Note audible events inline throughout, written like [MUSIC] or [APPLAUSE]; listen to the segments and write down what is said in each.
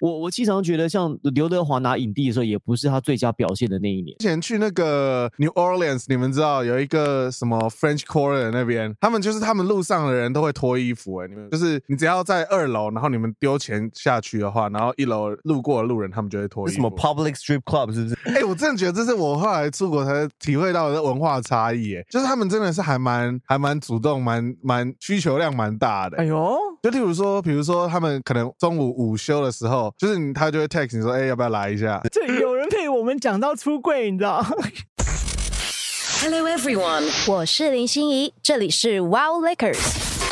我我经常觉得，像刘德华拿影帝的时候，也不是他最佳表现的那一年。之前去那个 New Orleans，你们知道有一个什么 French Quarter 那边，他们就是他们路上的人都会脱衣服、哎，你们就是你只要在二楼，然后你们丢钱下去的话，然后一楼路过的路人他们就会脱衣是服。什么 public strip club 是不是？哎、我真的觉得这是我后来出国才体会到的文化差异，哎，就是他们真的是还蛮还蛮主动，蛮蛮需求量蛮大的。欸哎呦，就例如说，比如说他们可能中午午休的时候，就是你他就会 text 你说，哎、要不要来一下？这有人陪我们讲到出柜，你 [LAUGHS] 知道？ Hello everyone，我是林心怡，这里是 Wow Lakers。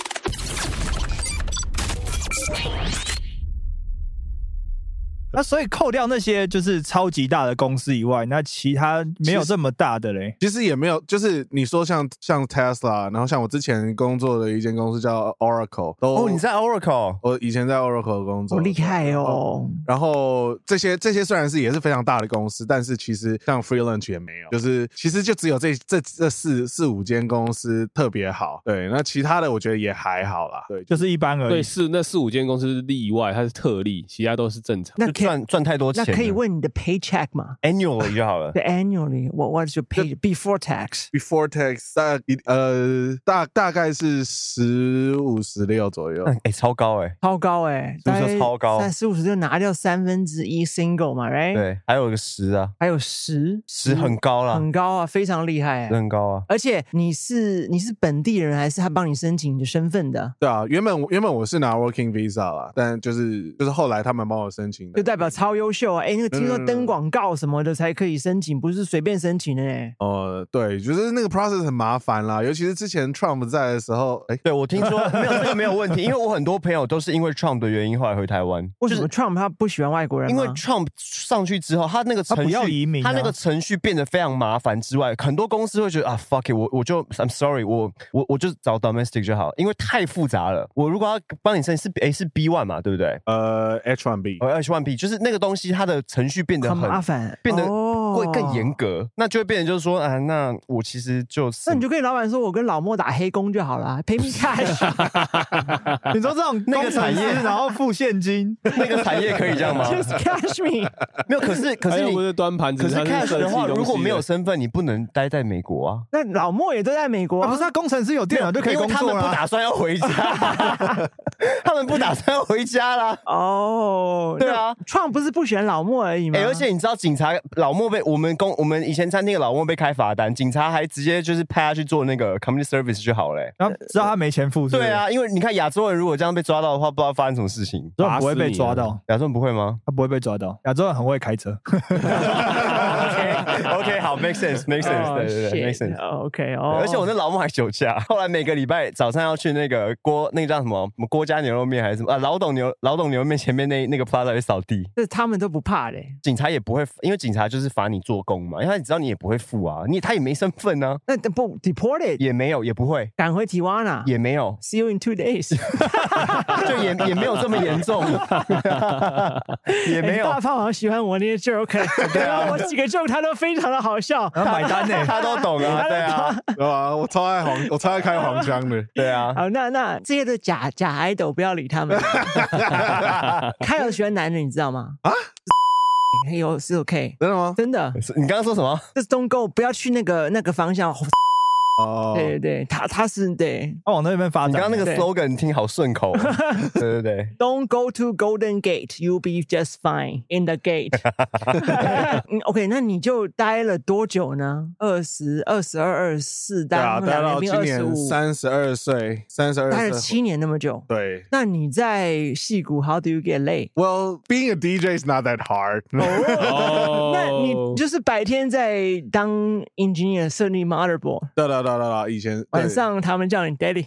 那所以扣掉那些就是超级大的公司以外，那其他没有这么大的嘞。其实也没有，就是你说像像 Tesla，然后像我之前工作的一间公司叫 Oracle，都哦，你在 Oracle，我以前在 Oracle 哦工作，好厉害哦！然后这些这些虽然是也是非常大的公司，但是其实像 freelance 也没有，就是其实就只有这这这四四五间公司特别好，对，那其他的我觉得也还好啦，对，就是一般而对，已。 [LAUGHS] 是那四五间公司是例外，它是特例，其他都是正常。那就赚赚太多钱那了，可以问你的 paycheck 吗 annually 就好了。 ？The annually what what's your pay before tax？ before tax 大一呃大大概是十五十六左右 [LAUGHS] 哎、，超高哎、超高哎、不大是概超高三十五十就拿掉三分之一 single 嘛，right？，对，还有一个十啊，还有十十很高啦，很高啊，非常厉害、十欸。很高啊。而且你是你是本地人，还是他帮你申请你的身份的？对啊，原本原本我是拿 working visa 啦，但就是就是后来他们帮我申请的，就代表超优秀啊！哎、那个听说登广告什么的才可以申请，不是随便申请的、欸。呃，对，就是那个 process 很麻烦啦，尤其是之前 Trump 在的时候，哎，对，我听说没有这个没有问题，因为我很多朋友都是因为 Trump 的原因后来回台湾，为什么 Trump 他不喜欢外国人因吗？为 Trump 上去之后，他那个啊他程不序，要移民啊他那个程序变得非常麻烦之外，很多公司会觉得啊，fuck it，我我就 I'm sorry，我我我就找 domestic 就好，因为太复杂了。我如果要帮你申请是诶是 B one 嘛，对不对？呃，H1B，哦，H one B 就是那个东西，它的程序变得很很麻烦，变得哦会更严。格，那就会变成就是说啊，那我其实就是那你就跟你老板说，我跟老莫打黑工就好了，pay [LAUGHS] me cash。你说这种那个产业工程师然后付现金那个产业可以 [LAUGHS] 这样吗？ ，just cash me。没有，可是可还是有你不是端盘子，可是它 cash 设的计话，东西如果没有的身份，你不能待在美 [LAUGHS] 国啊。那老莫也都在美国、哦啊，不是他工程师有电脑就可以因为工他作啊们不了。打算要回 [LAUGHS] 家，他们不打算要回家啦。哦，对啊创不是不选老莫而已吗？啊哎、而且你知道，警察老莫被我们公我们以前餐厅的老莫被开罚单，警察还直接就是派他去做那个 community service 就好了欸、然后知道他没钱付是不是对，啊，因为你看亚洲人如果这样被抓到的话，不知道发生什么事情。这种不会被抓到，亚洲人不会吗他不会被抓到。啊亚洲人很会开车， ？OK OK，好，make sense，make sense，对对对，make sense。 OK 对哦，而且我那老母还酒驾，后来每个礼拜早上要去那个郭，那个叫什么什么郭家牛肉面还是什么啊，老董牛老董牛肉面前面那那个 plaza 去扫地，这他们都不怕嘞。警察也不会，因为警察就是罚你做工嘛，因为他知道你也不会付啊，你他也没身份呢、那不 deported 也没有，也不会，赶回 Tijuana。，也没有 See [LAUGHS] you in two days 就也也没有这么严 [LAUGHS] 重， [LAUGHS] 也没有哎大，胖好像喜欢我那些 joke，[LAUGHS] 对啊， [LAUGHS] 我几个 joke 他都非常的好笑。然后买单呢、他都懂啊，对啊，对啊，我超爱黄，我超爱开黄腔的。对啊， [LAUGHS] 好，那那这些都假假 idol，不要理 [LAUGHS] 他们。开有喜欢男人，你知道吗？啊， [LAUGHS] 有是 OK，真的 [LAUGHS] 吗？真的，是你刚刚说什么？这是东沟，不要去那个那个方向。哦， [LAUGHS] 对对对，他他是对他往那边发你展。刚刚那个对 slogan 你听好顺口哦，对对对。 Don't go to Golden Gate, you'll be just fine in the [LAUGHS] gate [LAUGHS] 嗯 OK，那你就待了多久呢？二十二、十二、二十四，对待啊，了待到两今年，二十年五，三十二岁，三十二待岁了七年那么久。对。那你在戏谷，How do you get laid？ Well, being a DJ is not that hard. 哦 [LAUGHS] 那你就是白天在当 engineer 顺利 motherboard，对对对对对，以前对晚上他们叫你 [LAUGHS] daddy。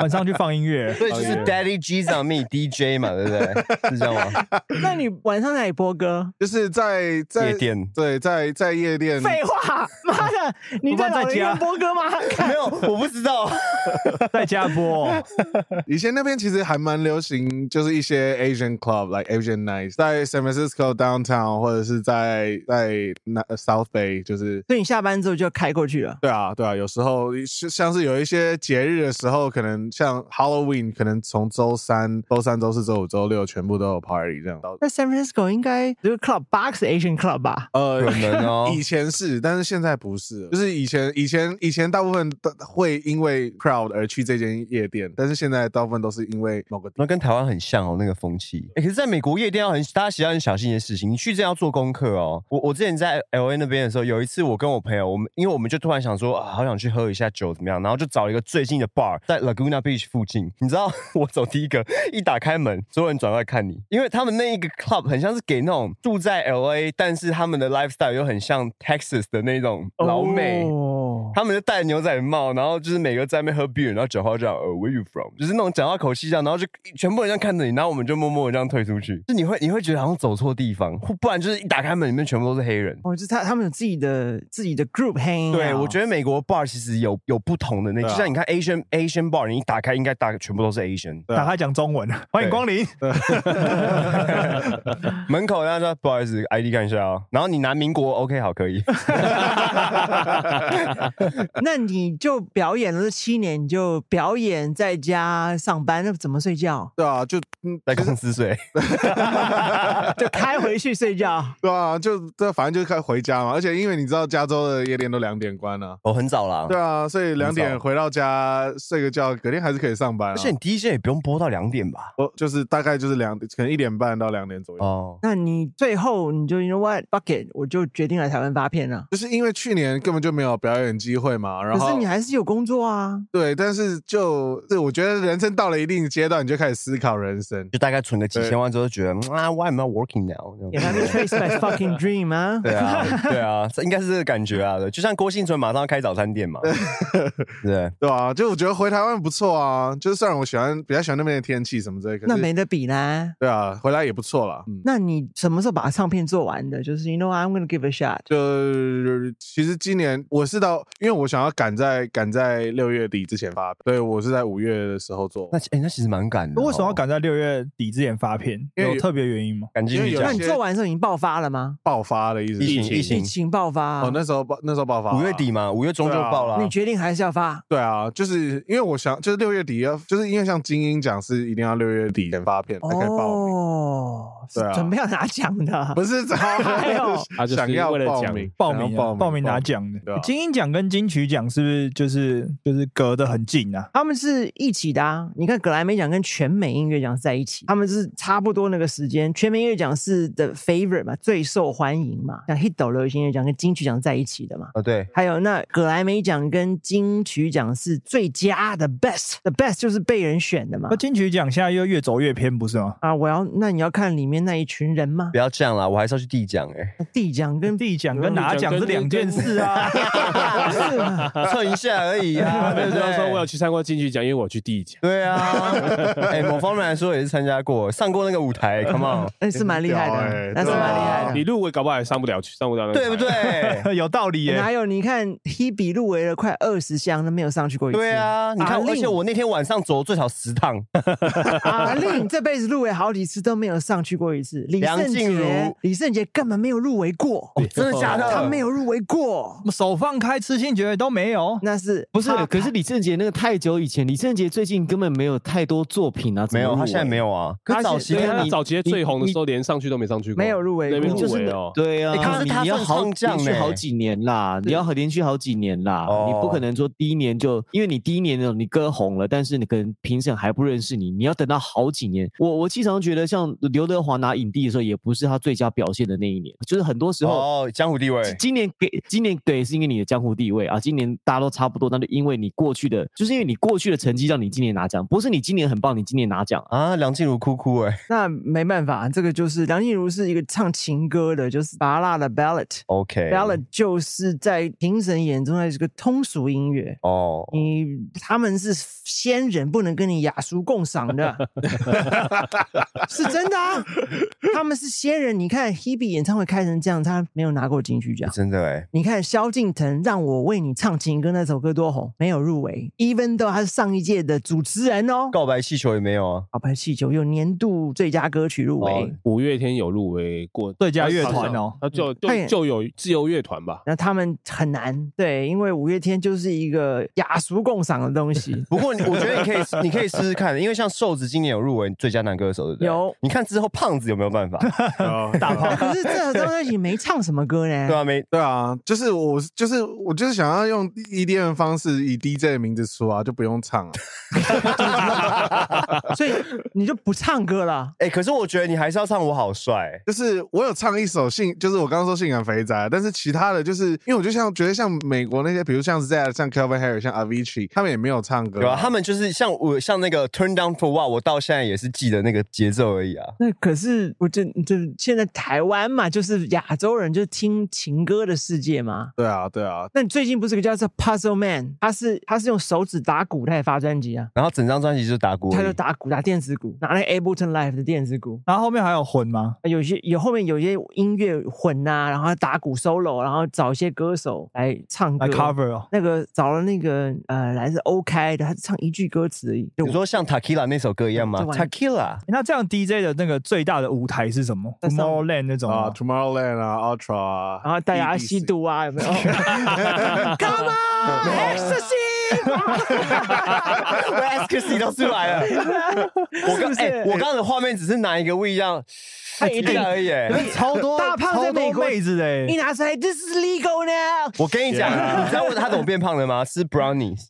晚上去放音乐，对，就是 Daddy G's on me DJ 嘛，对不对？是这样吗？那你晚上哪里播歌？就是在在夜 [LAUGHS] 店对，在在夜店。废话， [LAUGHS] 妈的，你在老人院播歌吗？ [LAUGHS] 没有，我不知道。在家播、以前那边其实还蛮流行，就是一些 Asian club，like Asian nights，在 San Francisco downtown 或者是在在南 South Bay，就是所以你下班之后就开过去了。对啊对啊，有时候是像是有一些节日的时候，可能像 Halloween，可能从周三、周三、周四、周五、周六全部都有 party 这样。在 San Francisco 应该这个 club 八个是 Asian club 吧？呃可能哦 [LAUGHS] 以前是，但是现在不是了。就是以前，以前，以前大部分都会因为 crowd 而去这间夜店，但是现在大部分都是因为某个那跟台湾很像哦，那个风气。哎、可是在美国夜店要很，大家其实要很小心一件事情，你去这样要做功课哦。我我之前在 L A 那边的时候，有一次我跟我朋友，我们因为我们就突然想说、啊，好想去喝一下酒怎么样，然后就找了一个最近的 bar 在 Laguna Beach 附近。你知道 [LAUGHS] 我走第一个，一打开门，所有人转过来看你，因为他们那一个 club 很像是给那种住在 L A，但是他们的 lifestyle 又很像 Texas 的那种老美。哦他们就戴着牛仔帽，然后就是每个在那边喝 beer，然后讲话这样，呃、w h e r e you from？就是那种讲话口气这样，然后就全部人这样看着你，然后我们就默默的这样退出去。就你会你会觉得好像走错地方，或不然就是一打开门里面全部都是黑人。哦，就是他他们有自己的自己的 group hanging。对，啊我觉得美国 bar 其实有有不同的那，对啊就像你看 Asian Asian bar，你一打开应该打全部都是 Asian，对啊？打开讲中文，欢迎光临。门口大家说不好意思，ID 看一下哦。然后你拿民国 OK 好 [LAUGHS] 可以，得，那你就表演了这七年，你就表演在家上班，那怎么睡觉对啊，就嗯，在公司睡。就开回去睡觉。对啊，就这反正就是快回家嘛。而且因为你知道加州的夜店都两点关啊，哦，很早啦。对啊，所以两点回到家睡个觉，隔天还是可以上班、啊。而且你 DJ 也不用播到两点吧？我就是大概就是两，可能一点半到两点左右。哦，那你最后你就 you know what bucket，我就决定来台湾发片了。就是因为去年根本就没有表演机会嘛，然可后是你还是有工作啊，对，但是就是我觉得人生到了一定阶段，你就开始思考人生。就大概存个几对千万之后，就觉得嗯啊，Why am I working now？也还没 trace my fucking dream 啊。 [LAUGHS] 对啊，对啊，这应该是这个感觉啊，对，就像郭幸存马上要开早餐店嘛， [LAUGHS] 对，对啊，就我觉得回台湾不错啊，就是虽然我喜欢比较喜欢那边的天气什么之类，可那是没得比啦。对啊，回来也不错啦。嗯，那你什么时候把唱片做完的？就是 you know what, I'm gonna give a shot。就其实今年我是到，因为我想要赶在赶在六月底之前发表，对我是在五月的时候做那。哎，那其实蛮赶的哦，为什么要赶在六月底之前发片？因为有特别原因吗？赶进去因为有那讲你些做完的时候已经爆发了吗？爆发的意思是，疫情疫疫情情爆发啊、哦，那时候爆那时候爆发啊五月底嘛，五月中就对啊爆了你，决定还是要发？对啊，就是因为我想，就是六月底要，就是因为像精英奖是一定要六月底前发片才可以报名，哦，是对啊准备要拿奖的。不是早 [LAUGHS] 哎呦他就是想要为了报奖名，报想要名啊报报名拿奖的对啊，金鹰奖跟金曲奖是不是就是就是隔得很近啊？他们是一起的啊！你看格莱美奖跟全美音乐奖是在一起，他们是差不多那个时间。全美音乐奖是 the favorite 嘛，最受欢迎嘛，像 hit 斗流行音乐奖跟金曲奖在一起的嘛。啊对，还有那格莱美奖跟金曲奖是最佳的 best，the best 就是被人选的嘛那。金曲奖现在又越走越偏，不是吗？啊，我要那你要看里面那一群人吗不？要这样啦，我还是要去地奖 [LAUGHS] 哎，地奖 [LAUGHS] 跟地奖跟拿奖是两件事啊。是吗蹭一下而已啊，对每不 [LAUGHS] 次都说我有对？去参观金曲奖，因为我去第一奖。 [LAUGHS] 对啊，哎，某方面来说也是参加过，上过那个舞 [LAUGHS] 台，Come on，那哎是蛮厉害屌欸哎的，那是蛮厉啊害你的。入围搞不好也上不了去，上不了那个对不台？[LAUGHS] 对？有道理耶、哪有？你看 Hebe 入围了快二十项，都没有上去过一次。对，啊，你看，阿令而且我那天晚上走了最少十趟，阿啊令这辈子入围好几次都没有上去过一次。李梁圣静杰茹，呃李圣杰根本没有入围过，真的假的？他没有入围过，手放开，痴心绝对都没有。那是不是他，可是李圣杰那个太久以前，李圣杰最近根本没有太多作品啊， [LAUGHS] 没有，他现在有。没有啊。他可早期现对在啊，你早期最红的时候连上去都没上去过，没有入围对没过入就是围那哦。对啊，欸可是你他你要算好唱将连续欸好几年啦，你要好连续好几年啦，哦你不可能说第一年就，因为你第一年呢你歌红了，但是你可能评审还不认识你，你要等到好几年。我我经常觉得，像刘德华拿影帝的时候，也不是他最佳表现的那一年，就是很多时候。哦，江湖地位今年给今年对，是因为你的江湖地位啊，今年大家都差不多，那就因为你过去的，就是因为你过去的成绩让你今年拿奖，不是你今年很棒，你今年拿奖啊。啊，梁静茹哭哭哎。那没办法，这个就是梁静茹是一个唱情歌的，就是拔辣的 ballad。 OK， ballad 就是在评审眼中的这个通俗音乐。哦，你他们是先人，不能跟你雅俗共赏的，是真的啊！他们是先人。你看 Hebe 演唱会开成这样，他没有拿过金曲奖。真的哎，你看萧敬腾让我为你唱情歌》那首歌多红，没有入围，even though 他是上一届的主持人哦。告白气球也没有啊。。好拍气球有年度最佳歌曲入围，哦五月天有入围过最佳乐团哦他就他也就就有自由乐团吧。那他们很难对，因为五月天就是一个雅俗共赏的东西 [LAUGHS] 不过你我觉得你可以，你可以试试看，因为像瘦子今年有入围最佳男歌手，对不对？有你看之后胖子有没有办法？哦大炮可是这张专辑没唱什么歌呢？对啊，没对啊，就是我，就是我，就是想要用 EDM 方式以 DJ 的名字出啊，就不用唱啊。所以你就不唱歌了。哎、可是我觉得你还是要唱《我好帅就是我有唱一首性，就是我刚刚说性感肥宅，但是其他的就是因为我就像觉得像美国那些，比如像 z a d 像 Kelvin Harris、像 Avicii，他们也没有唱》，歌，对吧、啊他们就是像我像那个《Turn Down for What》，我到现在也是记得那个节奏而已啊。 [LAUGHS] 那可是我这这现在台湾嘛，就是亚洲人就听情歌的世界嘛。对啊，对啊，那你最近不是有个叫做 Puzzle Man，他是他是用手指打鼓，他也发专辑啊，然后整张专辑就是打鼓而已，他就打鼓打电子鼓，拿那个 Ableton Live 的电子鼓，然后后面还有混吗？有些有后面有些音乐混呐、然后他打鼓 solo，然后找一些歌手来唱歌来 cover 哦，那个找了那个呃来自 OK 的，他唱一句歌词而已，你说像 Takila 那首歌一样吗这玩意？Takila [LAUGHS] 那这样 DJ 的那个最大的舞台是什么在上？Tomorrowland 那种啊吗？ ，Tomorrowland 啊，Ultra 啊，然后大家 BBC 吸。毒啊，有没有？Come on, 哎 w ecstasy！e s c 都出来了。 [LAUGHS] 我刚是不是哎、我刚刚的画面只是拿一个不一样，他一定而已。欸超多大胖在美超多国妹子嘞一，拿出来，This is legal now。我跟 [LAUGHS] 你讲 Yeah 你知道我他怎么变胖的吗？吃 brownies。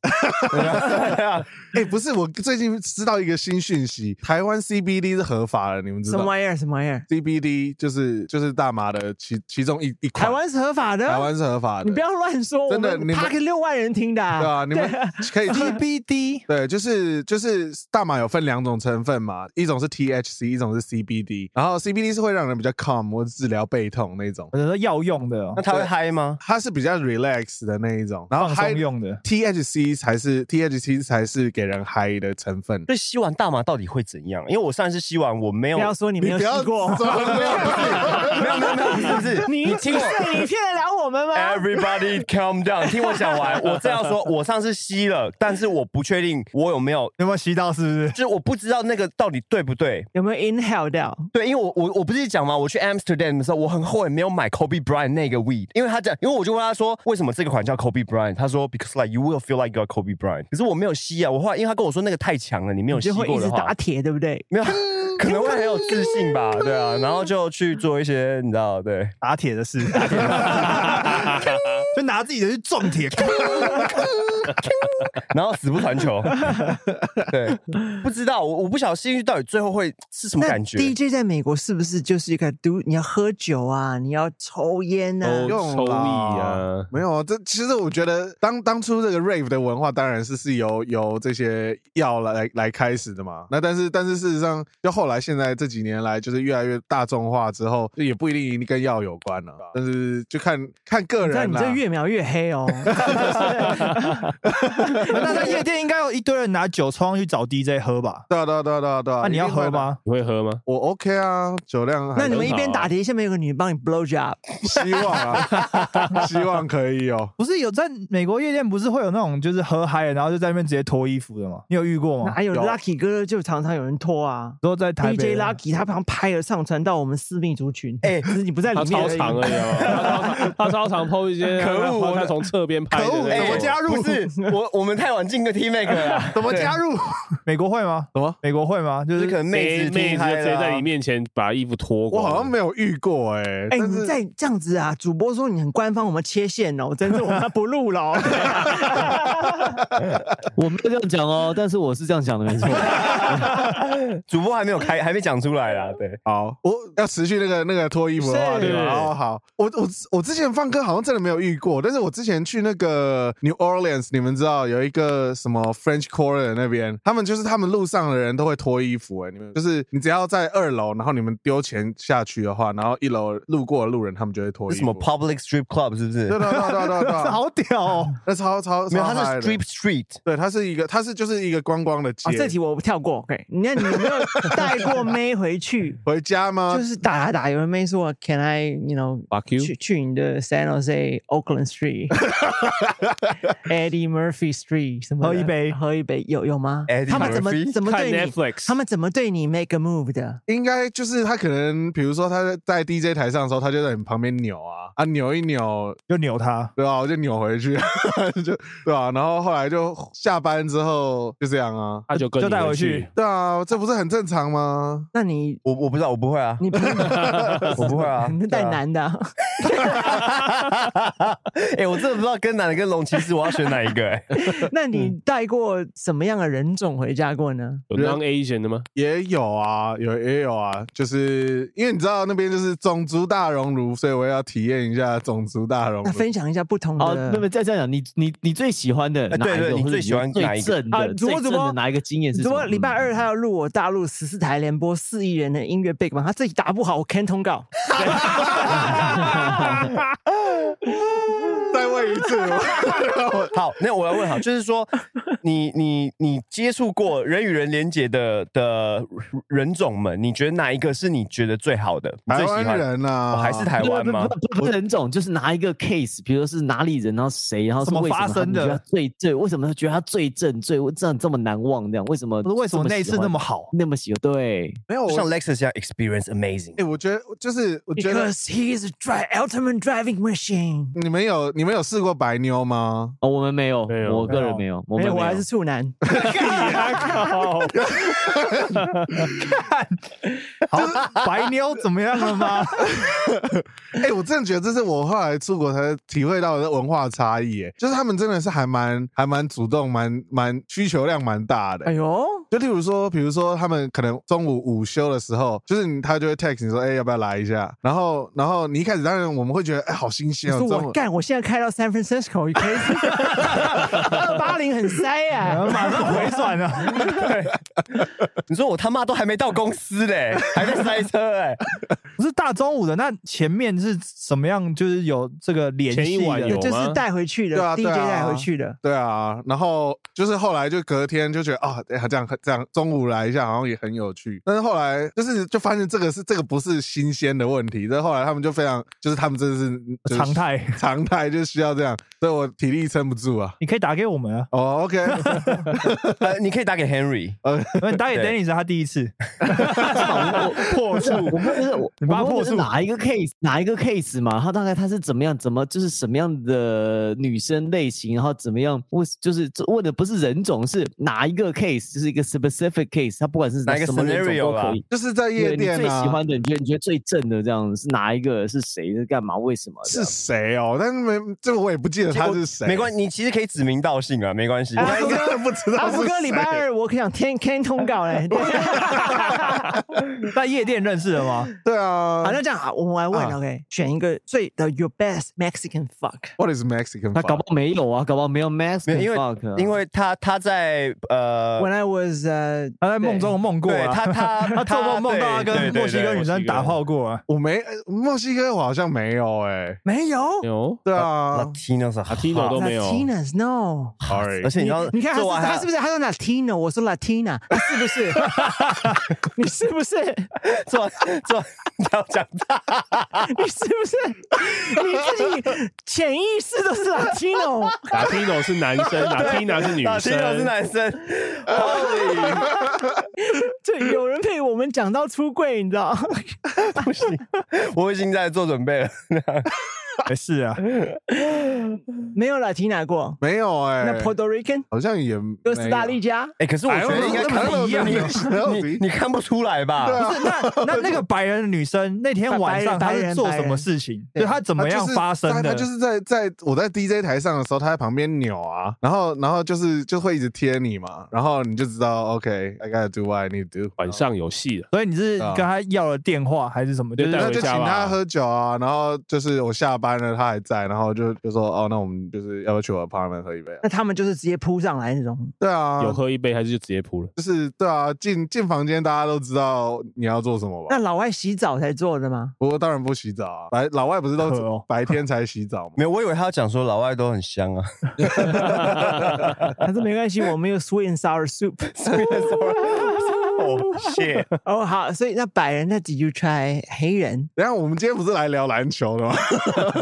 啊哎、不是，我最近知道一个新讯息，台湾 CBD 是合法的，你们知什道么吗玩意儿？什么玩意儿？ ？CBD 就是就是大麻的其其中一一款，台湾是合法的，台湾是合法的，你不要乱说，真的我们你们 Park 六万人听的啊，对啊，你们可以 TBD 对，就是就是大麻有分两种成分嘛，一种是 THC，一种是 CBD。然后 CBD 是会让人比较 calm 或治疗背痛那种我，觉得要用的哦那，他会嗨吗？它是比较 relax 的那一种，然后放嗨松用的。 THC 才是 THC 才是给人嗨的成分。所以吸完大麻到底会怎样？因为我上一次吸完，我没有 [LAUGHS] 不要说你没有不要试过， [LAUGHS] 怎么没有没有没有没有，不是不是，你你听我。你骗得了我们吗？ Everybody calm down，听我讲完。我这样说，我上次吸了，但是我不确定我有没有，有没有吸到？是不是？就是我不知道那个到底对不对。有没有 inhale 掉？对，因为我我我不是讲嘛，我去 Amsterdam 的时候，我很后悔没有买 Kobe Bryant 那个 weed，因为他讲，因为我就问他说，为什么这个款叫 Kobe Bryant？他说，because like you will feel like you are Kobe Bryant。可是我没有吸啊，我后来因为他跟我说那个太强了，你没有你吸就会一过直的话打，铁，对不对？没有，可能会很有自信吧，对啊，然后就去做一些，你知道，对，打铁的 [LAUGHS] 事，打铁的事就拿自己的去撞 [LAUGHS] 铁。然后死不传球，对，不知道，我我不晓得吸到底最后会是什么那感觉。 DJ 在美国是不是就是一个 do？你要喝酒啊，你要抽烟啊都，用抽啦屉啊没有啊，这其实我觉得当当初这个 rave 的文化当然是是由由这些药来来开始的嘛。那但是但是事实上，就后来现在这几年来，就是越来越大众化之后，就也不一定跟药有关了、但是就看看个你知道人啊你啦这。越描越黑哦。那在夜店应该有一堆人拿酒冲去找 DJ 喝吧？对啊对啊对啊对啊对啊！那你要一定会喝的？吗？你会喝吗？我 OK 啊，酒量还那你们一边很好啊打铁，下面有个女帮你 blow job，希望啊， [LAUGHS] 希望可以哦。不是有在美国夜店不是会有那种就是喝嗨了，然后就在那边直接脱衣服的吗？你哦有遇过吗？哪有有 lucky 哥就常常有人拖啊。都在台北 DJ Lucky 他旁拍了上传到我们私密族群，哎只是你不在里他面超而已长而已哦，他超长，他超长 PO 一些，可恶然后我他从侧边拍的可那恶种，哎哎我加入不是我，我们太晚进个 T Mac 了，啊怎么加入？美国会吗？什么？美国会吗？就就是是可能妹妹子妹听子嗨就直接了啊在你面前把衣服脱我光，好像没有遇过哎、欸。哎、但你是再这样子啊，主播说你很官方，我们切线哦，真是我们不录了哦。 [LAUGHS] 我没有这样讲哦，但是我是这样讲的，没错。 [LAUGHS] 主播还没有开，还没讲出来啦。对，好，我要持续那个那个脱衣服的话哦是题吗？好好，我我我之前放歌好像真的没有遇过，但是我之前去那个 New Orleans，你们知道有一个什么 French Quarter 那边，他们就是他们路上的人都会脱衣服、哎，你们就是你只要在二楼，然后你们丢钱下去的话，然后一楼路过的路人他们就会脱衣是服。什么 public strip club 是不是对？对对对对对这对， [LAUGHS] 好屌哦！那超超没有，超它嗨的是 strip street。对，它是一个，它是就是一个观光的街。？啊，这题我跳过。OK，你看你有没有带过妹回去回家吗？就是打打打，有人妹说 Can I you know Fuck you 去去你的 San Jose Oakland Street 、Eddie Murphy Street 什么的喝一杯喝一杯有有吗 Eddie？他们怎么 Murphy？怎么看对你？ Netflix，他们怎么对你 make a move 的？应该就是他可能，比如说他在在 DJ 台上的时候，他就在你旁边扭啊啊扭一扭，就扭他，对吧、我就扭回去， [LAUGHS] 就对吧、然后后来就下班之后就这样啊，他就跟就你带回回去。对啊，这不是很正常吗？那你我我不知道，我不会啊，你，[LAUGHS] 我不会啊 [LAUGHS] 你带对啊男的啊、 [LAUGHS] [LAUGHS] 哎、我真的不知道跟哪个龙骑士我要选哪一 [LAUGHS] 个、哎，那你带过什么样的人种回家过呢？有 non Asian 的吗？也有啊，有也有啊，就是因为你知道那边就是种族大熔炉，所以我要体验一下种族大熔炉那。分享一下不同的。哦，那么再这样讲，你你你最喜欢的哎哪一对对个？你或者最喜欢最哪一个正啊的？主播最主正播的哪一个经验是什如么？果礼拜二他要录我大陆十四台联播四亿人的音乐 Big 嘛，他自己打不好，我 can 通告。再问一次，我好，那我要问好，就是说，你你你接触过人与人连接的的人种们，你觉得哪一个是你觉得最好的？你台 [LAUGHS] 最喜湾欢、人啊，哦还是台湾吗不？不不不是人种，就是拿一个 case，比如说是哪里人，然后谁，然后是怎么为发什生的他们觉得他最最为什么他觉得他最正最这样这么难忘这样？为什么不是为什么那一次那么 [LAUGHS] 好？那么喜欢？对，没有就像我。 Lexus 一样，experience amazing 哎、。我觉得就是，我觉得 Because he is a drive ultimate driving machine。你们有你们有试过白妞吗？哦，我们没有，没有我个没有人没有，我没们有，没哎我还有是处男。 [LAUGHS] 白妞怎么样了吗？ [LAUGHS] 哎、我真的觉得这是我后来出国才体会到的文化差异，哎，就是他们真的是还蛮还蛮主动，蛮蛮需求量蛮大的。哎呦，就例如说，比如说他们可能中午午休的时候，就是你他就会 text 你说，哎、要不要来一下？然后然后你一开始当然我们会觉得，哎、好新鲜说哦，中我午。干，我现在开到 San Francisco，可以 [LAUGHS] 二八零很塞啊然后呀。马上回转了， [LAUGHS] 你说我他妈都还没到公司嘞，还在塞车哎、不是大中午的，那前面是什么样？就是有这个联前一系晚的有对，就是吗带回去对的啊，DJ 对啊带回去的。对啊，然后就是后来就隔天就觉得啊，哎呀这样这样中午来一下好像也很有趣，但是后来就是就发现这个是这个不是新鲜的问题，但后来他们就非常就是他们真的是、就是常态。常态就需要这样，所以我体力撑不住啊。你可以打给我们啊，哦、o k 呃，你可以打给 Henry，因为呃你打给对 Dennis 他第一次， [LAUGHS] [LAUGHS] 破处，我们就是我你把它我们破就是处哪一个 case 哪一个 case 嘛？他大概他是怎么样？怎么就是什么样的女生类型？然后怎么样？问就是问的不是人种，是哪一个 case？就是一个 specific case，他不管是哪一个什么人种 scenario 都啦可以。就是在对夜你店最啊。喜欢的，你觉得你觉得最正的这样是哪一个？是谁？是干嘛？为什么？这是样谁哦？但是没这个我也不记得他是谁，没关系，你其实可以指名道姓啊，没关系。 [LAUGHS] 我应该不知阿道福是哥，礼拜谁。二我可想天 can 通告哎 [LAUGHS] 嘞。在夜店认识的吗？对啊好，那这样好，我们来问啊，OK，选一个最的 your best Mexican fuck。 ，What is Mexican？他搞不好没有啊，搞不好没有啊 Max，没有，因为、因为为他他在呃 When I was 呃，他在梦中梦过对啊，他 [LAUGHS] 他他做梦梦到他跟墨西哥女生打炮 [LAUGHS] 过啊，我没呃墨西哥，我好像没有哎。没有有对 l a 啊 t i n o s Latino 都没有 Latinas no。 ，Sorry，而且你知道，你看他做完啊是还他是不是他说 Latino，我说 Latina，他是 [LAUGHS] 不是？你是不是？做完做完要讲大？你是不是？你自己潜意识都是 Latino， ，Latino 是男生，Latina 是女老生 Tino 是男生，Holy，这有人被我们讲到出柜，你知道？不行，我已经在做准备了。哎是啊，没有 Latina 过，没有那哎， Puerto Rican 好像也哥斯达黎加，加。哎，可是我觉得应该看不一样的，你你看不出来啊吧？那那那个白人的女生那天晚上她白白人是做白什人么事情？对就她怎么样发生他的？就是在在我在 DJ 台上的时候，他在旁边扭啊，然后然后就是就会一直贴你嘛，然后你就知道，OK，I gotta do what I need to do。晚上有戏了，呃所以你是跟她要了电话还是什么？就是对带那回就家请吧他喝酒啊，然后就是我下班了，他还在，然后就就说哦，那我们就是要不要去我 apartment 喝一 [LAUGHS] 杯啊？那他们就是直接扑上来那种，对啊，有喝一杯还是就直接扑了？就是对啊，进进房间大家都知道你要做什么吧那？老外洗澡才做的 [LAUGHS] 吗？不过当然不洗澡啊，白老外不是都可哦白天才洗澡 [LAUGHS] 吗？没有，我以为他要讲说老外都很香啊。还是没关系，我们有 sweet and sour [LAUGHS] soup。 [LAUGHS] Oh, 哦，谢。哦，好，所以那白人那 did you try 黑 [LAUGHS] 人？等一下我们今天不是来聊篮球的吗？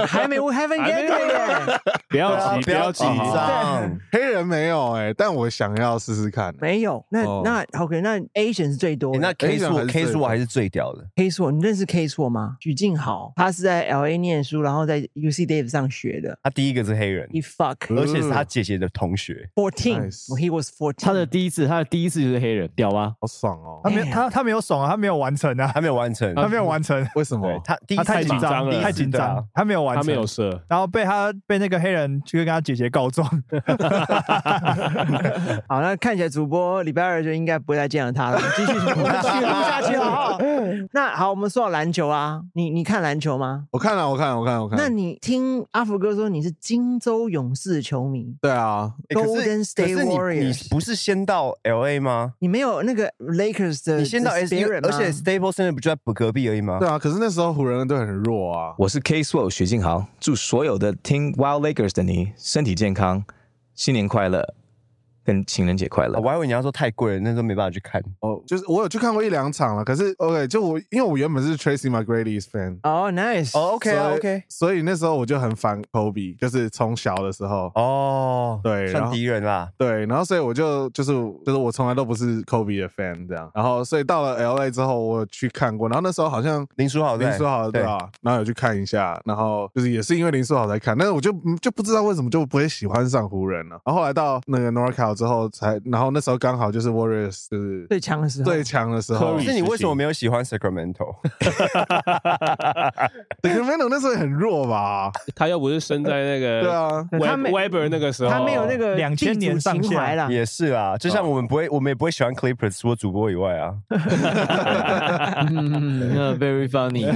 还没，we haven't 还 get 没 there [LAUGHS] yet。啊不要急，不不要要紧急，张。 [LAUGHS] 黑人没有哎、但我想要试试看、没有，那、哦那 OK，那 Asian 是最多诶欸的。那 K 人还数是 K 最数我还是最屌的。 K 硕，你认识 K 硕吗？许静豪，他是在 LA 念书，然后在 UC Davis 上学的。他第一个是黑人， He fuck 而且呃是他姐姐的同学。 fourteen，、 Nice he was fourteen。他的第一次，他的第一次就是黑人，屌吧？好爽哦他！没他他没有爽啊，他没有完成啊，还没有完成，他没有完成，为什对么？他嗯第一他次太紧紧张张了，了太紧对啊张，他没有完他成，没有射，然后被他被那个黑人去跟他姐姐告状，好，那看起来主播礼拜二就应该不会再见 [LAUGHS] 到他了。继续，我们继续录下去好不好？那好，我们说到篮球啊，你你看篮球吗？我看了，啊我看了，我看了，我看那了。你听阿福哥说你是金州勇士球迷，对啊，诶欸可是 Golden State 可是你 Warriors 你不是先到 L A 吗？你没有那个 Lakers 的你先到的 S， spirit 吗而且 Staples Center 不就在隔壁而已吗对？啊，可是那时候湖人队很弱啊。我是 K Swell 许静豪，祝所有的听 Wild Lakers 的你身体健康，新年快乐，跟情人节快乐哦。我还以为你要说太贵了，那时候没办法去看。哦，就是我有去看过一两场了，可是 OK，就我因为我原本是 Tracy McGrady's fan，哦、n i c e 哦，OK 啊所以，OK。所以那时候我就很烦 Kobe，就是从小的时候，哦，对然算后敌人啦。对，然后所以我就就是就是我从来都不是 Kobe 的 fan 这样，然后所以到了 LA 之后，我有去看过，然后那时候好像林书豪在林书豪对啊，然后有去看一下，然后就是也是因为林书豪才看，但是我就嗯就不知道为什么就不会喜欢上湖人了。然后后来到那个 NorCal 之后才，然后那时候刚好就是 Warriors 就是最强的时候，最强的时候可 Curry 是你为什么时期没有喜欢 [LAUGHS] Sacramento？ d e c r m e n t o 那时候也很弱吧？他又不是生在那个对啊，对他没 Web- Weber 那个时候，他没有那个2000地主年上情下怀啦。 [LAUGHS] 也是啦，就啊像我们不会，我们也不会喜欢 Clippers，除了主播以外啊。嗯那，very funny。 [LAUGHS]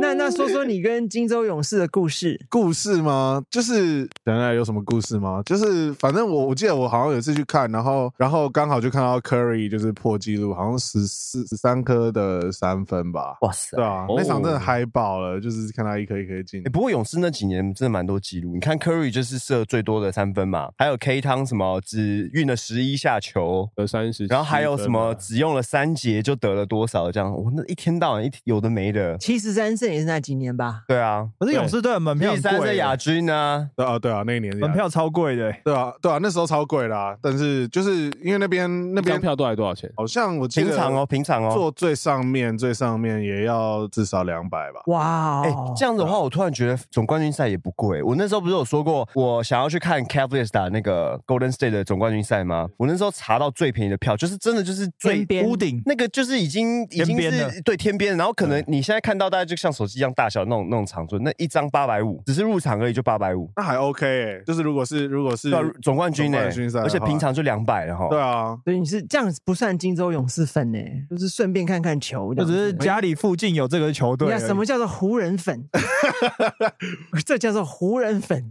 那那说说你跟金州勇士的故事。故事吗？就是等下有什么故事吗？就是反正我我记得我好像有一次去看，然后然后刚好就看到 Curry 就是破纪录，好像十四十三颗的三分吧。哇塞对！啊，那场真的哦嗨爆了，就是看他一颗一颗进欸、。不过勇士那几年真的蛮多记录，你看 Curry 就是射最多的三分嘛，还有 K 汤什么只运了十一下球，得三十，啊然后还有什么只用了三节就得了多少这样，我那一天到晚一天有的没的，七十三胜也是那几年吧，对啊，可是勇士队的门票第很三是贵，亚军啊，对啊，对啊，那一年也门票超贵的、对啊，对啊，那时候超贵啦、但是就是因为那边那那边张票到底多少钱？好像我记得平常哦，，平常哦。坐最上面最上面也要至少两百吧。哇、哎、哦这样子的话，我突然觉得总冠军赛也不贵。我那时候不是有说过，我想要去看 Cavaliers 打那个 Golden State 的总冠军赛吗？我那时候查到最便宜的票，就是真的就是最边边屋顶那个就是已经已经天边的是对天边，然后可能你现在看到大概就像手机一样大小那种那种长度，那一张八百五，只是入场而已就八百五，那还 OK 哎、就是如果是如果是对啊、总冠军呢、总冠军赛的话而且平常就两百了哈。对啊，所以你是这样子不算金州勇士粉呢、就是顺便看看球这就样只子，是家里附近有这个球你队而看已。什么叫做湖人粉？ [LAUGHS] 这叫做湖人粉。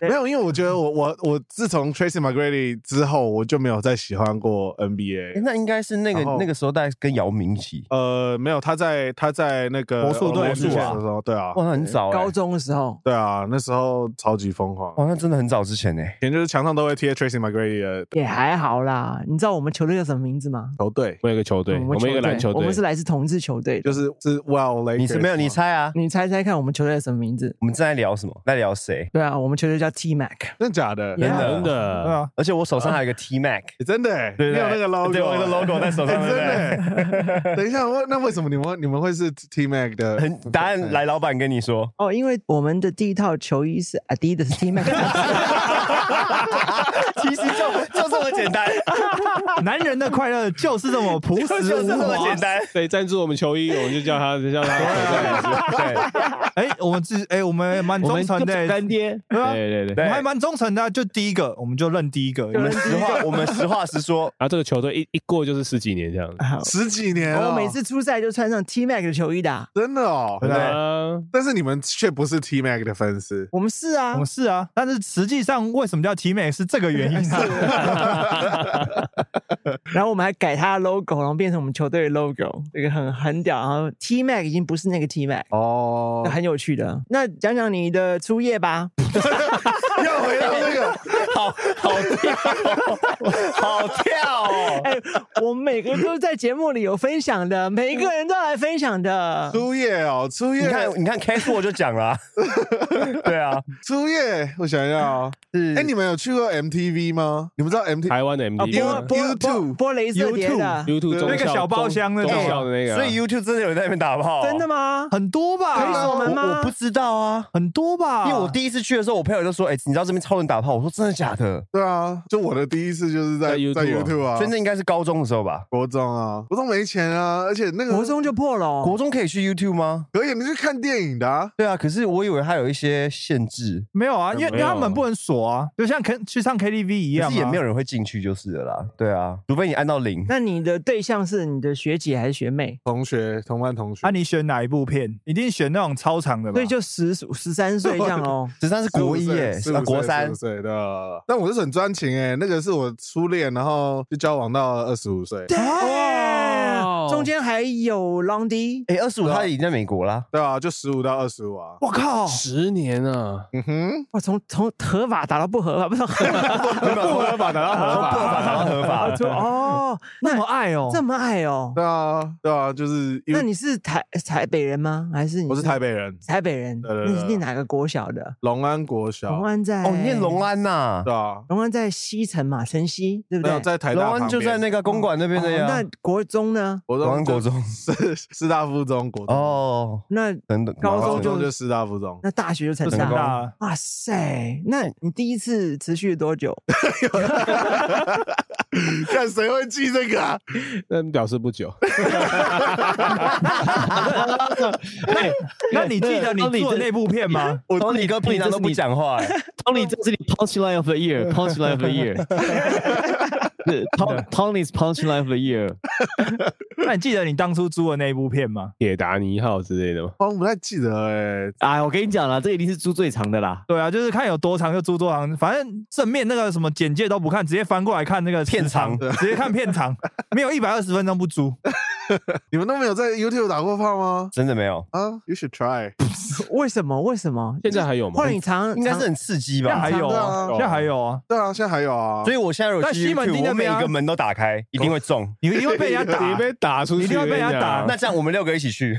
没有，因为我觉得我我我自从 Tracy McGrady 之后，我就没有再喜欢过诶 NBA。那应该是那个然后那个时候大概跟姚明一起，呃，没有，他在他在那个魔术队魔术是的时吧候，对啊，哇，那很早、欸，高中的时候，对啊，那时候超级疯狂，哇，那真的很早之前欸呢、以前就是墙上都会贴 Tracy McGrady 的也还好啦。你知道我们球队叫什么名字吗？球队，我们有一个球队，我球们有一个篮球队，我们是来自同一支球队的。就是是 Wow Lakers 吗。你是没有？你猜啊？你猜猜看，我们球队叫什么名字？我们正在聊什么？在聊谁？对啊，我们球队叫 T Mac。真的假的？ Yeah 真对的，啊，而且我手上还有一个 T Mac，欸真的欸，你对有不对？那个 logo，对，我有那欸个 logo 在手欸上，对不对？真的欸。等一下，我那为什么你们你们会是 T Mac 的？很答案来，老板跟你说，哦，因为我们的第一套球衣是啊 Adidas T [LAUGHS] Mac。其实 [LAUGHS] 就就这么简单， [LAUGHS] 男人的快乐就是这么朴实 [LAUGHS] 就无是这么华简。单。谁赞助我们球衣，我们就叫他叫他球队。对，哎、我们自哎、我们也蛮我忠们诚的、干爹，对啊，对对对，我然们还蛮忠诚的啊、就第一个我们就认第一个，我们实话，我们实话实说，后这个球队一一过就是十几年这样子，十几年哦，我每次出赛就穿上上 T Mac 的球衣的啊、真的哦。对啊，但是你们却不是 T Mac 的粉丝，我们是啊我，们是啊，但是实际上为什么叫 T Mac 是这个原因 [LAUGHS] 啊？然后我们还改它的 logo，然后变成我们球队的 logo，这个很很屌。然后 T Mac 已经不是那个 T Mac，哦那，很有趣的。那讲讲你的初夜吧， [LAUGHS] 要回到那 [LAUGHS] 个，好好跳哦，好跳哦！哎，我们每个人都在节目里有分享的，每一个人都来分享的。初夜哦，初你夜，看，你看 K Four 就讲了啊、对啊，初夜，我想要、哦。是哎，你们有去过 MTV 吗？你们知道 MTV 台湾的 MTV 啊播吗播 YouTube 播播镭射碟的， YouTube 对中那个校小包厢那中种中校的那个啊，所以 YouTube 真的有人在那边打炮，真的？吗？很多吧，可以锁门吗我不知道啊，很多吧，因为我第一次去的时候，我朋友就说：“哎、你知道这边超人打炮？”我说：“真的假的对啊，就我的第一次就是在在 YouTube 在 YouTube 啊，？”所以那应该是高中的时候吧。国中啊，国中没钱啊，而且那个国中就破了哦，国中可以去 YouTube 吗？可以，你去看电影的啊。对啊，可是我以为它有一些限制，没有啊，因为因没为有他们不能锁啊，就像 K 去唱 KTV 一可样、啊，是也没有人会进去就是了啦。对啊，除非你按到零。。那你的对象是你的学姐还是学妹？同学，同班同学啊，，你选哪一部片？一定选那种超长的吧？所以就十十三岁这样哦十三是国一耶，是啊国三，岁的。但我是很专情哎，那个是我初恋，然后就交往到二十五岁，啊对，中间还有 Long D，哎，二十五他已经在美国啦。对啊，就十五到二十五啊。我 [LAUGHS] 靠，哦十年啊，嗯哼，哇，从从合法打到不合法，不是合法不合法打到合法，不合法打到合法。哦，那么爱哦，这么爱哦。对啊，对啊，就是因那为你是台台北人吗？还是你我是台北人，台北人？对对那对你是念哪个国小的？龙安国小龙，安在哦，你念龙，安呐？对啊，龙安在西城嘛，城西对不没有对？在台龙大安旁就在边那个公馆那边的哦呀那。国中呢？国中龙安就国中是师大附中国中，哦，那等等，高高中中就师大附中，那大学就成这成么功大。大了，哇塞，那你第一次持续了多久？看谁会记这个啊？那表示不久。 [LAUGHS] 哎那你记得你当你做的这那部片吗？我你哥平常都不讲话，哎 Tony，这是你 punchline of the [LAUGHS] year，punchline of the year。是 Tom- Tony's punchline of the year。 [LAUGHS] 那你记得你当初租的那部片吗？铁达尼号之类的吗？哦，我不太记得哎，哎，我跟你讲啦，这一定是猪最长的啦。对啊，就是看有多长就租多长，反正正面那个什么简介都不看，直接翻过来看那个时片长直接看片长，没有一百二十分钟不租。你们都没有在 YouTube 打过炮吗？真的没有，啊，You should try。为什么？为什么？现在还有吗后？来你常应该是常很刺激现在吧还？有对啊啊，现在还有啊，对啊，现在还有啊，所以我现在有那去西门 YouTube，町我那每边啊一个门都打开，一定会中。你一定会被人家打啊你。被打出去，一定要被人家打我跟你讲那这样我们六个一起去，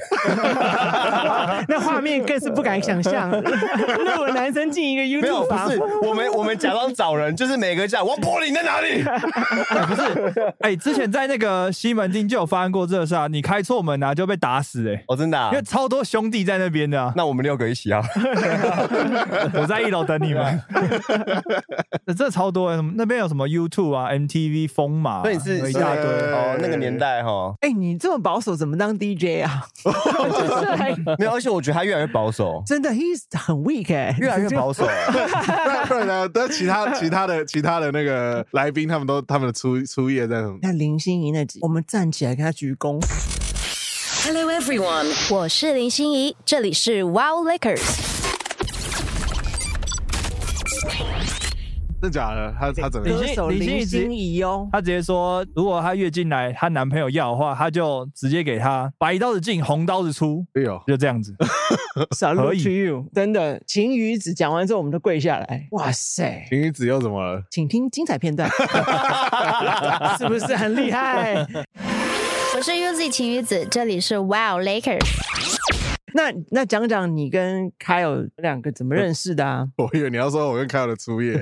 那画面更是不敢想象，那我男生进一个没有 YouTube 不房是，我们我们假装找人，就是每个讲王柏林在哪里？哎，之前在那个西门町就有发生过这事啊，你开错门啊就被打死哎，哦，真的啊因为？超多兄弟在那边的啊。那我们六个一起啊？我在一楼等你们。 [LAUGHS] 这真的超多的，欸什么那边有什么 YouTube 啊、MTV 风马啊，所以你是有一是大堆。哦，那个年代哈，哎、你这么保守，怎么当 DJ 啊？ [LAUGHS] 就是还，没有，而且我觉得他越来越保守 [LAUGHS] 真的，he's 很 weak 哎、越来越保守。那不然呢？但其他其他的其他的那个来宾，他们都他们的初初夜在什么？看林心怡那集，我们站起来跟她鞠躬。 Hello everyone. 我是林心怡，这里是 Wow Liquors。真的假的？他他怎么样？歌手林心林怡直接心怡哦，她直接说，如果她月经来，她男朋友要的话，她就直接给她白刀子进，红刀子出，哎呦，就这样子。可 Salute 以 to you！真的，晴雨子讲完之后，我们都跪下来。哇塞！晴雨子又怎么了？请听精 [LAUGHS] 彩片段，是不是很厉害？我是 Uzi 晴雨子，这里是 Wow Liquors。那那讲讲你跟 Kyle 两个怎么认识的啊？我以为你要说我跟凯尔的初夜 [LAUGHS]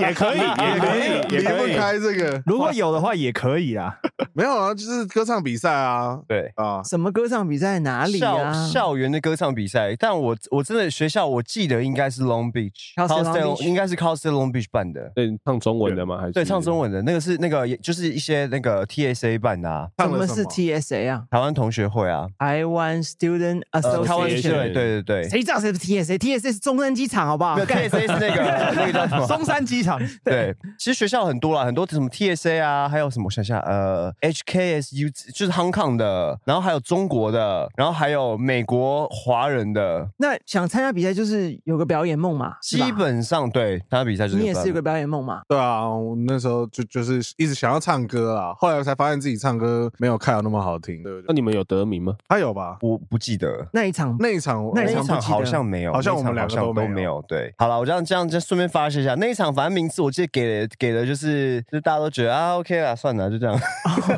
也可以，也可 [LAUGHS] 以，离也可不以。开这个，如果有的话也可以啦，没有啊，就是歌唱比赛啊对。啊，什么歌唱比赛哪里啊？校校园的歌唱比赛，但我我真的学校我记得应该是 Long Beach， Cal State Cal Long State- Beach 应该是 Cal State Long Beach 办的。对，唱中文的吗？还是对，唱中？文的那个是那个，也就是一些那个 TSA 办的、啊，唱什了么什是么？ TSA 啊台湾同学会啊。 ？Taiwan Student 呃台湾 Association，、对对对对，谁知道谁是 TSA？TSA 是中山机场，好不好没？有干 TSA 是那 [LAUGHS] 个那个叫什么？松山机 [LAUGHS] 场，对，其实学校很多啦，很多什么 TSA 啊，还有什么我想想，呃，HKSU 就是 Hong Kong 的，然后还有中国的，然后还有美国华人的，那想参加比赛就是有个表演梦嘛，是吧基本上对，他的比赛就是你也这是有样个表演梦嘛。对啊，我那时候就就是一直想要唱歌啊，后来我才发现自己唱歌没有 Kyle 那么好听，对不对？那你们有得名吗？他有吧？我不记得。那一场那一场我那那一一场场不记得好像没有，好像那一我们场两个好像都都没有没有。对，好了，我这样这样就顺便发泄一下，那一场反正名次我记得给了给了，就是就大家都觉得啊 OK 啦，算了，就这样。 [LAUGHS]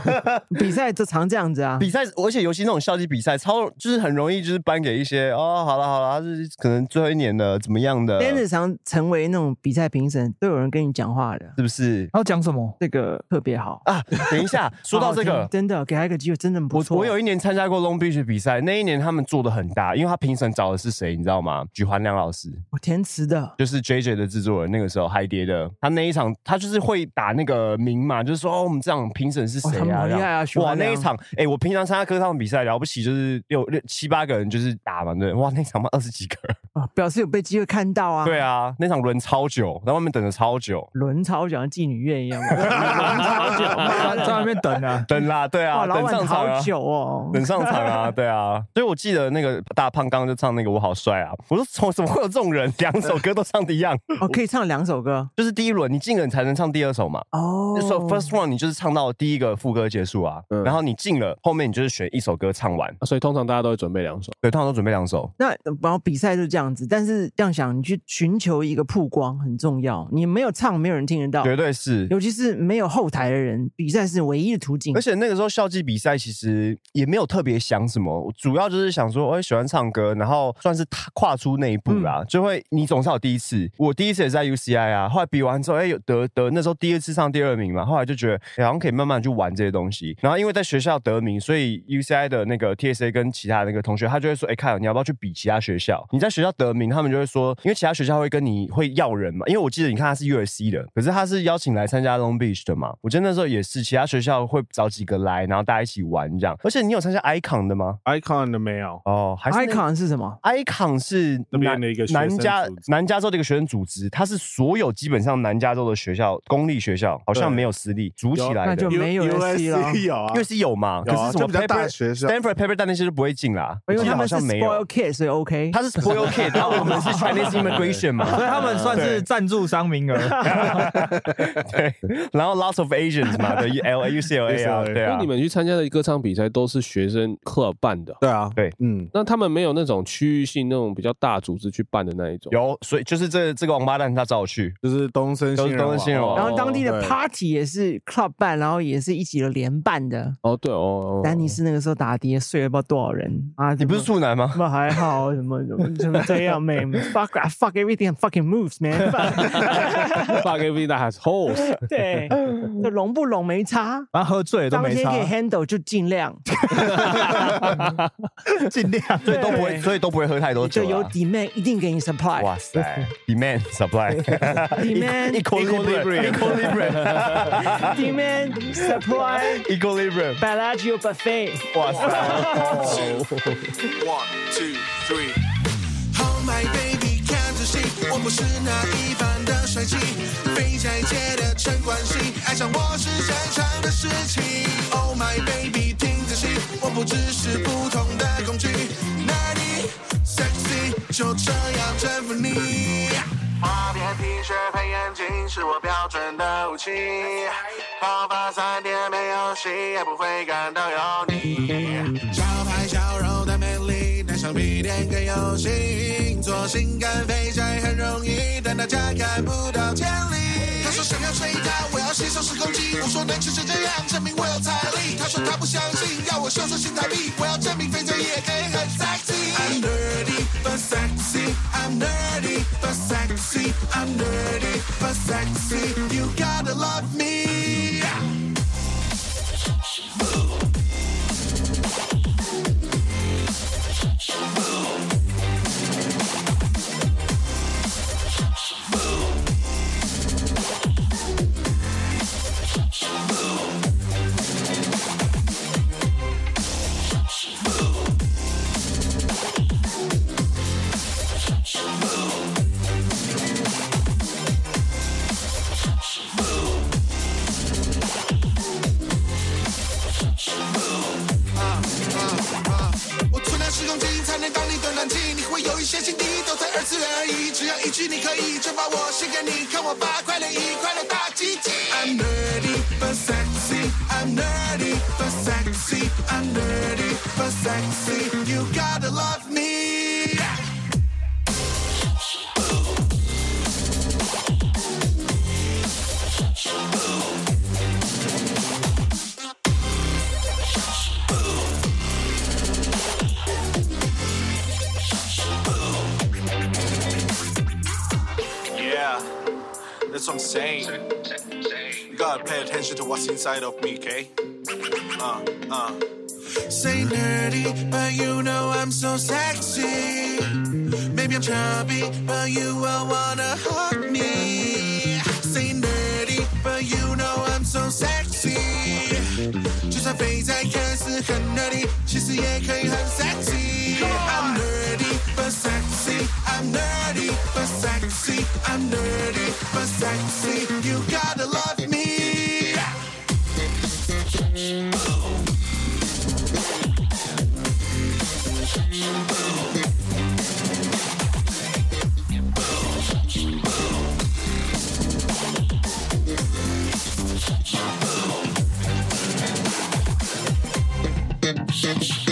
比赛就常这样子啊，比赛，而且尤其那种校际比赛，超就是很容易就是颁给一些哦，好了好了，他是可能最后一年的怎么样的，但是是常成为那种比赛评审，都有人跟你讲话的，不是？要讲什 [LAUGHS] 么？这个特别好。 [LAUGHS] 啊，等一下，说到这哦好好听个。真的给他一个机会，真的很不我错。我有一年参加过 Long Beach 比赛，那一年他们做的很大，因为他评审找的是谁，你知道吗？许环良老师，我填词的，就是 JJ 的制作人，那个时候嗨爹的，他那一场他就是会打那个名嘛，就是说哦，我们这场评审是谁哇他们啊？好厉害啊这样许哇，环良那一场，哎，我平常参加歌唱比赛了不起，就是六六七八个人就是打嘛，对，哇，那场嘛二十几个人，啊，表示有被机会看到啊。对，啊，那场轮超久，在外面等了超久，轮超讲像妓女院一样嘛， [LAUGHS] 在在那边等啊，等啦，对啊，哇，老等板上场啊好。久 [LAUGHS] 哦。等上场啊，对啊，所以我记得那个大胖刚刚就唱那个我好帅啊，我说怎怎么会有这种人， [LAUGHS] 两首歌都唱的一样，哦，可以唱两首歌就是第一轮你进了你才能唱第二首嘛，哦。那时候 first one 你就是唱到第一个副歌结束啊，嗯然后你进了后面你就是选一首歌唱完，啊所以通常大家都会准备两首。对，通常都准备两首，那然后比赛就这样子，但是这样想，你去寻求一个曝光很重要。你没有唱，没有人听得到，绝对是。尤其是没有后台的人，比赛是唯一的途径而。且那个时候校际比赛其实也没有特别想什么，我主要就是想说，我、哎喜欢唱歌，然后算是踏跨出那一步啦，就会你总是有第一次，我第一次也是在 UCI 啊，后来比完之后，哎、有得得那时候第二次上第二名嘛，后来就觉得、哎好像可以慢慢去玩这些东西，然后因为在学校得名，所以 UCI 的那个 TSA 跟其他那个同学，他就会说，哎、看你要不要去比其他学校？你在学校得名，他们就会说，因为其他学校会跟你会要人嘛，因为我记得你看他是 USC 的，可是他是邀请来参加 Long Beach 的嘛，我记得那时候也是其他学校会找几个来，然后大家一起玩这样。而且你有参加 Icon 的吗？ Icon 的没有，哦，还是那 Icon 是什么？ Icon 是那边南的一个学生南加组织南加州的一个学生组织，它是所有基本上南加州的学校公立学校好像对没有私立组起有来的那就，没有 USC USC 了有啊因为是有嘛，有可啊是什就么比较大 Paper 的学校 Stanford Paper 但那些就不会进啦，我因为记得哎他好们是像没有。 spoil kid，所以 OK。他是 spoil kid，然后我们是 Chinese immigration 嘛，所以他们算是赞助商名额。 [LAUGHS] 对，然后 lots of Asians 嘛，对，L A U C L A 啊，对那啊你，们去参加的歌唱比赛都是学生 club 办的，对啊，对嗯，那他们没有那种区域性那种比较大组织去办的那一种。有，所以就是这这个王八蛋他找我去，就是东森都新是人东网，森新人然网，后当地哦的对 party 也是 club 办，然后也是一起的联办的。哦，对哦，哦丹尼 [LAUGHS] 斯那个时候打碟睡了不知道多少人啊！你不是说处男吗 [LAUGHS] 什？么还好，什么什么什么这样 man，fuck I fuck everything fucking moves man 。 [LAUGHS] bug v 大 has holes，对，这聋不聋没差，然后喝醉了都当没天差可以，handle 就尽 [LAUGHS] 量，尽量。所以都不会，所以都不会喝太多酒就啊。有 demand 一定给你 supply。哇塞，demand Demand- [LAUGHS] [LAUGHS] supply，equilibrium，equilibrium，equilibrium， demand supply Bellagio buffet。哇塞， One, two, three. Oh my baby，看着戏，我不是那一般的帅气，肥宅界的陈冠希，爱上我是正常的事情。Oh my baby，听着戏，我不只是普通的工具，那你 sexy 就这样征服你。花边 T 恤配眼镜是我标准的武器，头发三天没有洗也不会感到油腻。小牌小肉的魅力，带上皮垫更有型，做性感肥宅很容易，但大家看不到天理。他说想要吹他，我要吸收十公斤，我说能吃成这样，证明我有财力。他说他不相信，要我秀出新台币，我要证明肥宅也可以很 sexy。I'm nerdy but sexy, I'm nerdy but sexy, I'm nerdy but sexy. You gotta love me. 与谐星地都才二次而已，只要一句你可以就把我献给你，看我吧，快乐一快乐大吉吉。I'm nerdy but sexy, I'm nerdy but sexy, I'm nerdy but sexy, you gotta love me. Yeah, that's what I'm saying. You gotta pay attention to what's inside of me, okay? Uh, uh. Say nerdy, but you know I'm so sexy. Maybe I'm chubby, but you will wanna hug me. Say nerdy, but you know I'm so sexy. 就算肥仔看似很 nerdy，其实也可以很 sexy。I'm nerdy but sexy, I'm nerdy but sexy, I'm nerdy but sexy. You gotta love me. Shh.